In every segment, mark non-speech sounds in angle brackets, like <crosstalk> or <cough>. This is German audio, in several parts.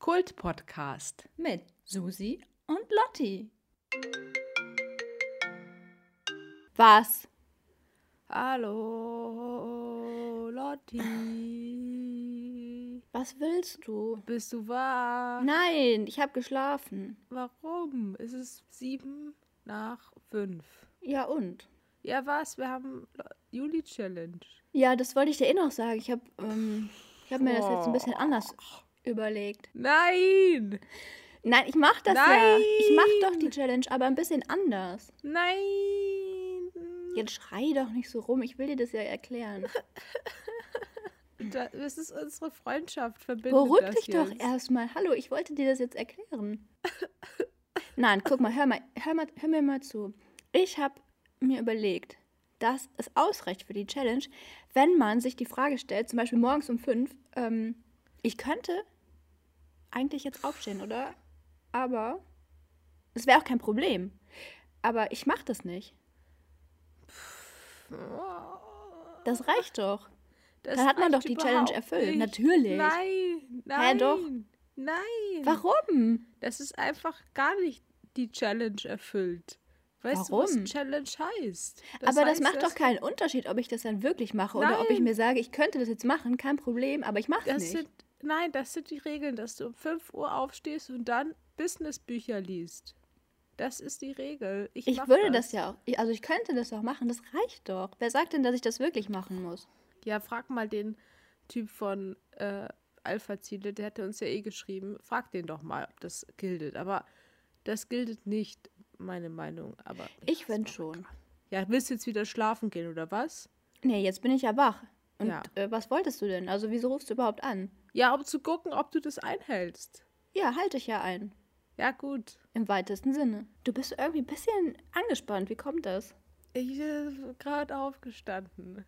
Kult-Podcast mit Susi und Lotti. Was? Hallo, Lotti. Was willst du? Bist du wach? Nein, ich habe geschlafen. Warum? Es ist sieben nach fünf. Ja und? Ja, was? Wir haben Lo- Juli-Challenge. Ja, das wollte ich dir eh noch sagen. Ich habe ähm, ich hab mir das jetzt ein bisschen Oh. anders überlegt. Nein! Nein, ich mach das ja. Ich mach doch Nein. die Challenge, aber ein bisschen anders. Nein! Jetzt schrei doch nicht so rum. Ich will dir das ja erklären. Da- Das ist unsere Freundschaft. Verbindet Beruhig das dich doch jetzt. erstmal. Hallo, ich wollte dir das <laughs> jetzt erklären. Nein, guck mal, hör, mal, hör, mal, hör mir mal zu. Ich habe mir überlegt, dass es ausreicht für die Challenge, wenn man sich die Frage stellt, zum Beispiel morgens um fünf, ähm, ich könnte eigentlich jetzt aufstehen, oder? Aber es wäre auch kein Problem. Aber ich mache das nicht. Das reicht doch. Oh, Das Dann hat man doch reicht die Challenge überhaupt erfüllt. nicht. Natürlich. Nein, nein. Hä, doch? Nein. Warum? Das ist einfach gar nicht die Challenge erfüllt. Weißt du, Warum? was Challenge heißt? aber das heißt, macht dass- doch keinen Unterschied, ob ich das dann wirklich mache oder ob ich Nein. mir sage, ich könnte das jetzt machen, kein Problem, aber ich mache es das nicht. sind, Nein, das sind die Regeln, dass du um 5 Uhr aufstehst und dann Businessbücher liest. Das ist die Regel. Ich, ich mach würde das. ja auch, ich, also ich könnte das auch machen, das reicht doch. Wer sagt denn, dass ich das wirklich machen muss? Ja, frag mal den Typ von äh, Alpha Ziele, der hatte uns ja eh geschrieben. Frag den doch mal, ob das giltet. Aber das giltet nicht, meine Meinung. Aber Ich ja, find ist schon. doch egal. Ja, willst du jetzt wieder schlafen gehen oder was? Nee, jetzt bin ich ja wach. Und Ja. äh, was wolltest du denn? Also wieso rufst du überhaupt an? Ja, um zu gucken, ob du das einhältst. Ja, halte ich ja ein. Ja, gut. Im weitesten Sinne. Du bist irgendwie ein bisschen angespannt. Wie kommt das? Ich bin gerade aufgestanden.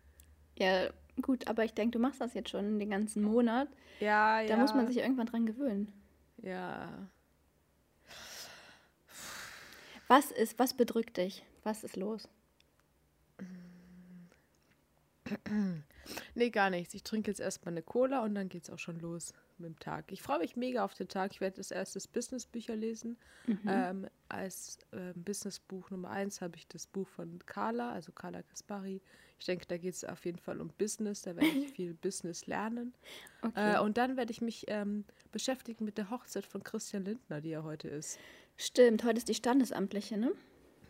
Ja, gut, aber ich denke, du machst das jetzt schon den ganzen Monat. Ja, ja. Da muss man sich irgendwann dran gewöhnen. Ja. Was ist, was bedrückt dich? Was ist los? Nee, gar nichts. Ich trinke jetzt erstmal eine Cola und dann geht's auch schon los mit dem Tag. Ich freue mich mega auf den Tag. Ich werde das erstes Businessbücher lesen. Ähm, als ähm, Businessbuch Nummer eins habe ich das Buch von Carla, also Carla Kaspari. Ich denke, da geht es auf jeden Fall um Business. Da werde <laughs> ich viel Business lernen. Okay. Äh, und dann werde ich mich ähm, beschäftigen mit der Hochzeit von Christian Lindner, die ja heute ist. Stimmt, heute ist die standesamtliche, ne?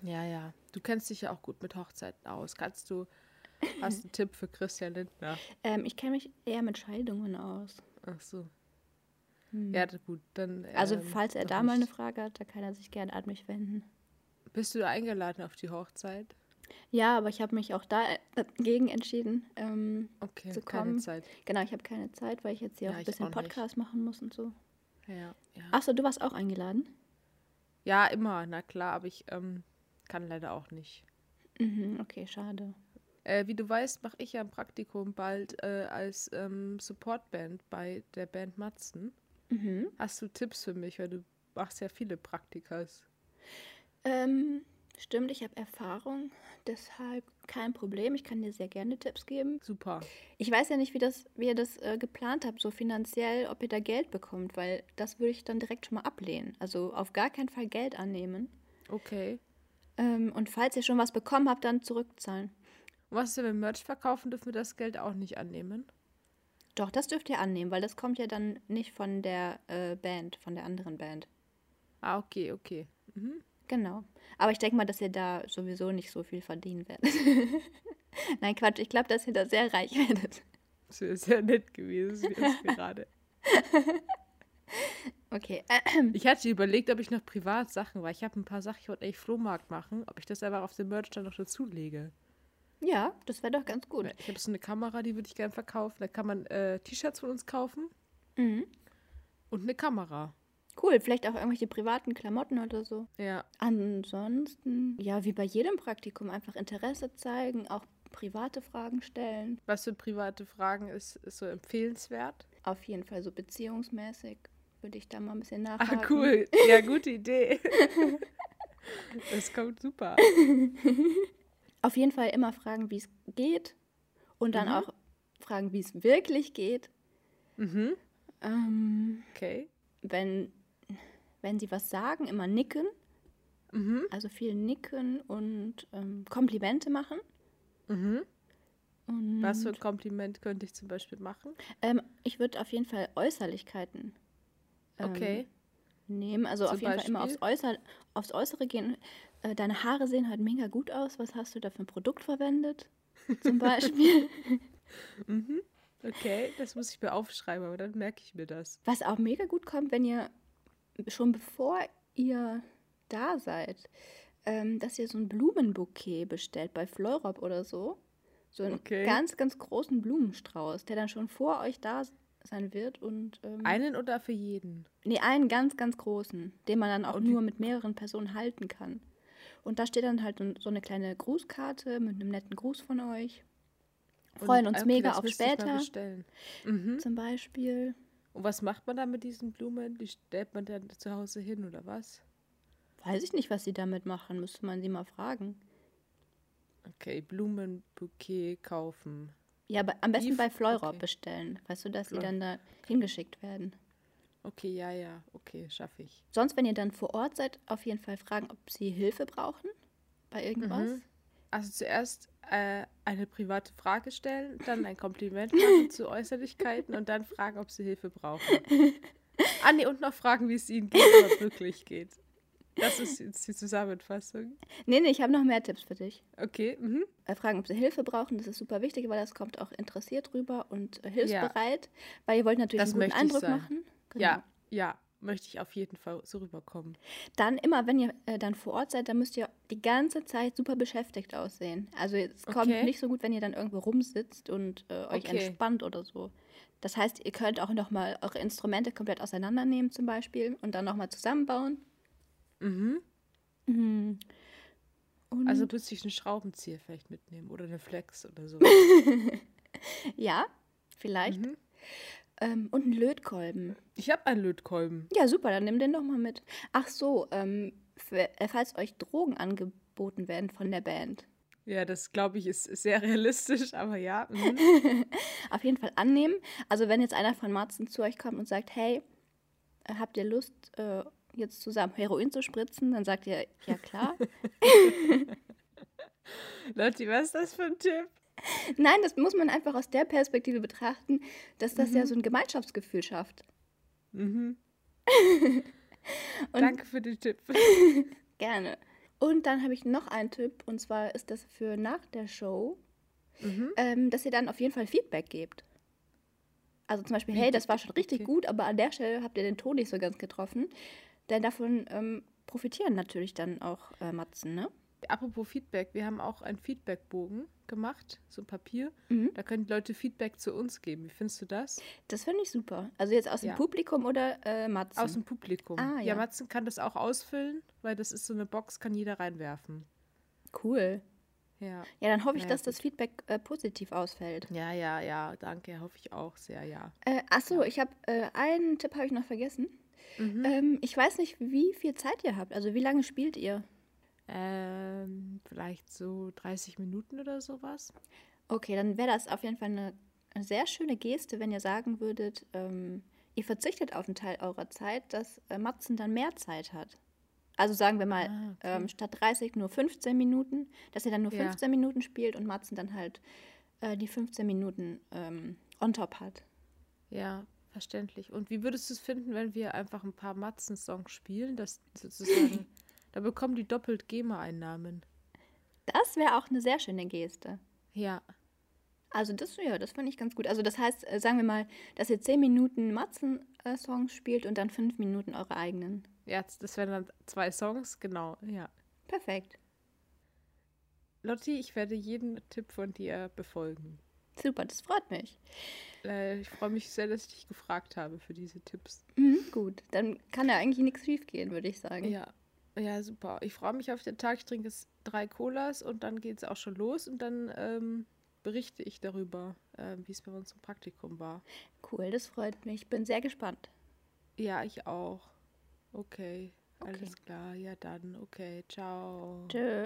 Ja, ja. Du kennst dich ja auch gut mit Hochzeiten aus. Kannst du, hast du einen Tipp für Christian Lindner? Ähm, ich kenne mich eher mit Scheidungen aus. Hm. Ach so. Ja, d- gut, dann. Mhm. Also, ähm, falls er noch da mal eine nicht. Frage hat, da kann er sich gerne an mich wenden. Bist du eingeladen auf die Hochzeit? Ja, aber ich habe mich auch dagegen entschieden. Ähm, Okay, Zu keine kommen. Zeit. genau, ich habe keine Zeit, weil ich jetzt hier Ja, auch ein ich bisschen auch nicht. Podcast machen muss und so. Ja, ja. Achso, du warst auch eingeladen? ja, immer, na klar, aber ich ähm, kann leider auch nicht. Mhm, okay, schade. Äh, wie du weißt, mache ich ja ein Praktikum bald äh, als ähm, Supportband bei der Band Matzen. Mhm. Hast du Tipps für mich, weil du machst ja viele Praktikas. Ähm, stimmt, ich habe Erfahrung, deshalb kein Problem. Ich kann dir sehr gerne Tipps geben. Super. Ich weiß ja nicht, wie, das, wie ihr das äh, geplant habt, so finanziell, ob ihr da Geld bekommt, weil das würde ich dann direkt schon mal ablehnen. Also auf gar keinen Fall Geld annehmen. Okay. Ähm, und falls ihr schon was bekommen habt, dann zurückzahlen. Und was ist, wenn wir Merch verkaufen, dürfen wir das Geld auch nicht annehmen? Doch, das dürft ihr annehmen, weil das kommt ja dann nicht von der äh, Band, von der anderen Band. Ah, okay, okay. Mhm. Genau. Aber ich denke mal, dass ihr da sowieso nicht so viel verdienen werdet. <laughs> Nein, Quatsch, ich glaube, dass ihr da sehr reich werdet. Das wäre sehr nett gewesen jetzt <laughs> gerade. Okay, äh, Ich hatte überlegt, ob ich noch privat Sachen, weil ich habe ein paar Sachen, ich wollte eigentlich Flohmarkt machen, ob ich das einfach auf den Merch dann noch dazulege. ja, das wäre doch ganz gut. Ich habe so eine Kamera, die würde ich gerne verkaufen. Da kann man äh, T-Shirts von uns kaufen Mhm. und eine Kamera. Cool, vielleicht auch irgendwelche privaten Klamotten oder so. Ja, Ansonsten, ja, wie bei jedem Praktikum, einfach Interesse zeigen, auch private Fragen stellen. was für private Fragen ist, ist so empfehlenswert. Auf jeden Fall so beziehungsmäßig würde ich da mal ein bisschen nachhaken. Ah, cool. Ja, gute <laughs> Idee. Das kommt super. Auf jeden Fall immer fragen, wie es geht und dann Mhm. auch fragen, wie es wirklich geht. Mhm. Ähm, Okay. wenn, wenn sie was sagen, immer nicken. Mhm. Also viel nicken und ähm, Komplimente machen. Mhm. Und, Was für ein Kompliment könnte ich zum Beispiel machen? ähm, ich würde auf jeden Fall Äußerlichkeiten ähm, Okay. nehmen. Also Zum auf jeden Fall immer aufs, Beispiel? Äußer aufs Äußere gehen. Äh, deine Haare sehen halt mega gut aus. Was hast du da für ein Produkt verwendet? <laughs> Zum Beispiel. Mhm. Okay, das muss ich mir aufschreiben, aber dann merke ich mir das. Was auch mega gut kommt, wenn ihr schon bevor ihr da seid, ähm, dass ihr so ein Blumenbouquet bestellt bei Florop oder so. So einen Okay. ganz, ganz großen Blumenstrauß, der dann schon vor euch da sein wird und ähm, Einen oder für jeden? Nee, einen ganz, ganz großen, den man dann auch Und wie- nur mit mehreren Personen halten kann. Und da steht dann halt so eine kleine Grußkarte mit einem netten Gruß von euch. Freuen uns okay, mega das auf müsste ich mal später bestellen. Mhm. zum Beispiel. Und was macht man dann mit diesen Blumen? Die stellt man dann zu Hause hin oder was? Weiß ich nicht, was sie damit machen, müsste man sie mal fragen. Okay, Blumenbouquet kaufen. Ja, aber am besten Die- bei Fleurop okay. bestellen. Weißt du, dass sie Fleur- dann da hingeschickt werden. Okay, ja, ja, okay, schaffe ich. Sonst, wenn ihr dann vor Ort seid, auf jeden Fall fragen, ob sie Hilfe brauchen bei irgendwas. Mhm. Also zuerst äh, eine private Frage stellen, dann ein Kompliment machen zu Äußerlichkeiten und dann fragen, ob sie Hilfe brauchen. Ah, nee, und noch fragen, wie es ihnen geht oder wirklich geht. Das ist jetzt die Zusammenfassung. Nee, nee, ich habe noch mehr Tipps für dich. Okay, mhm. äh, fragen, ob sie Hilfe brauchen. Das ist super wichtig, weil das kommt auch interessiert rüber und äh, hilfsbereit, weil ihr wollt natürlich Das einen guten möchte ich Eindruck sein. machen. Genau. ja, ja, möchte ich auf jeden Fall so rüberkommen. Dann immer, wenn ihr äh, dann vor Ort seid, dann müsst ihr die ganze Zeit super beschäftigt aussehen. Also es kommt Okay. nicht so gut, wenn ihr dann irgendwo rumsitzt und äh, euch Okay. entspannt oder so. Das heißt, ihr könnt auch nochmal eure Instrumente komplett auseinandernehmen zum Beispiel und dann nochmal zusammenbauen. Mhm. Mhm. Und Also müsste ich einen Schraubenzieher vielleicht mitnehmen oder eine Flex oder so. ja, vielleicht. Mhm. Ähm, und einen Lötkolben. Ich habe einen Lötkolben. Ja, super, dann nimm den doch mal mit. Ach so, ähm, f- äh, falls euch Drogen angeboten werden von der Band, Ja, das glaube ich ist ist sehr realistisch, aber ja. Mhm. auf jeden Fall annehmen. Also wenn jetzt einer von Marzen zu euch kommt und sagt, hey, äh, habt ihr Lust, äh, jetzt zusammen Heroin zu spritzen? Dann sagt ihr, ja klar. Leute, was ist das für ein Tipp? Nein, das muss man einfach aus der Perspektive betrachten, dass das ja so ein Gemeinschaftsgefühl schafft. Mhm. Und- Danke für den Tipp. Gerne. Und dann habe ich noch einen Tipp, und zwar ist das für nach der Show, Mhm. ähm, dass ihr dann auf jeden Fall Feedback gebt. Also zum Beispiel, Wie hey, geht- das war schon richtig okay. gut, aber an der Stelle habt ihr den Ton nicht so ganz getroffen. Denn davon ähm, profitieren natürlich dann auch äh, Matzen, ne? Apropos Feedback, wir haben auch einen Feedbackbogen gemacht, so ein Papier. Mhm. Da können die Leute Feedback zu uns geben. Wie findest du das? Das finde ich super. Also jetzt aus dem Ja. Publikum oder äh, Matzen? Aus dem Publikum. Ah, ja. ja, Matzen kann das auch ausfüllen, weil das ist so eine Box, kann jeder reinwerfen. cool. Ja. Ja, dann hoffe ich, Ja, dass das Feedback äh, positiv ausfällt. Ja, ja, ja, danke, hoffe ich auch sehr, ja. Äh, achso, ich habe äh, einen Tipp habe ich noch vergessen. Mhm. Ähm, ich weiß nicht, wie viel Zeit ihr habt. Also wie lange spielt ihr? Ähm, vielleicht so 30 Minuten oder sowas. Okay, dann wäre das auf jeden Fall eine sehr schöne Geste, wenn ihr sagen würdet, ähm, ihr verzichtet auf einen Teil eurer Zeit, dass äh, Matzen dann mehr Zeit hat. Also sagen wir mal, Ah, okay. ähm, statt 30 nur 15 Minuten, dass ihr dann nur Ja. 15 Minuten spielt und Matzen dann halt äh, die 15 Minuten ähm, on top hat. Ja, verständlich. Und wie würdest du es finden, wenn wir einfach ein paar Matzen-Songs spielen? Das <laughs> sozusagen, da bekommen die doppelt GEMA-Einnahmen. Das wäre auch eine sehr schöne Geste. Ja. Also das, ja, das finde ich ganz gut. Also das heißt, äh, sagen wir mal, dass ihr 10 Minuten Matzen-Songs spielt und dann 5 Minuten eure eigenen. Ja, das wären dann zwei Songs, genau, ja. Perfekt. Lotti, ich werde jeden Tipp von dir befolgen. Super, das freut mich. Äh, ich freue mich sehr, dass ich dich gefragt habe für diese Tipps. Mhm, gut, dann kann ja eigentlich nichts schief gehen, würde ich sagen. Ja. Ja, super. Ich freue mich auf den Tag. Ich trinke jetzt drei Colas und dann geht es auch schon los und dann ähm, berichte ich darüber, ähm, wie es bei uns im Praktikum war. Cool, das freut mich. Bin sehr gespannt. Ja, ich auch. Okay, Okay. alles klar. Ja, dann. Okay, ciao. Tschö.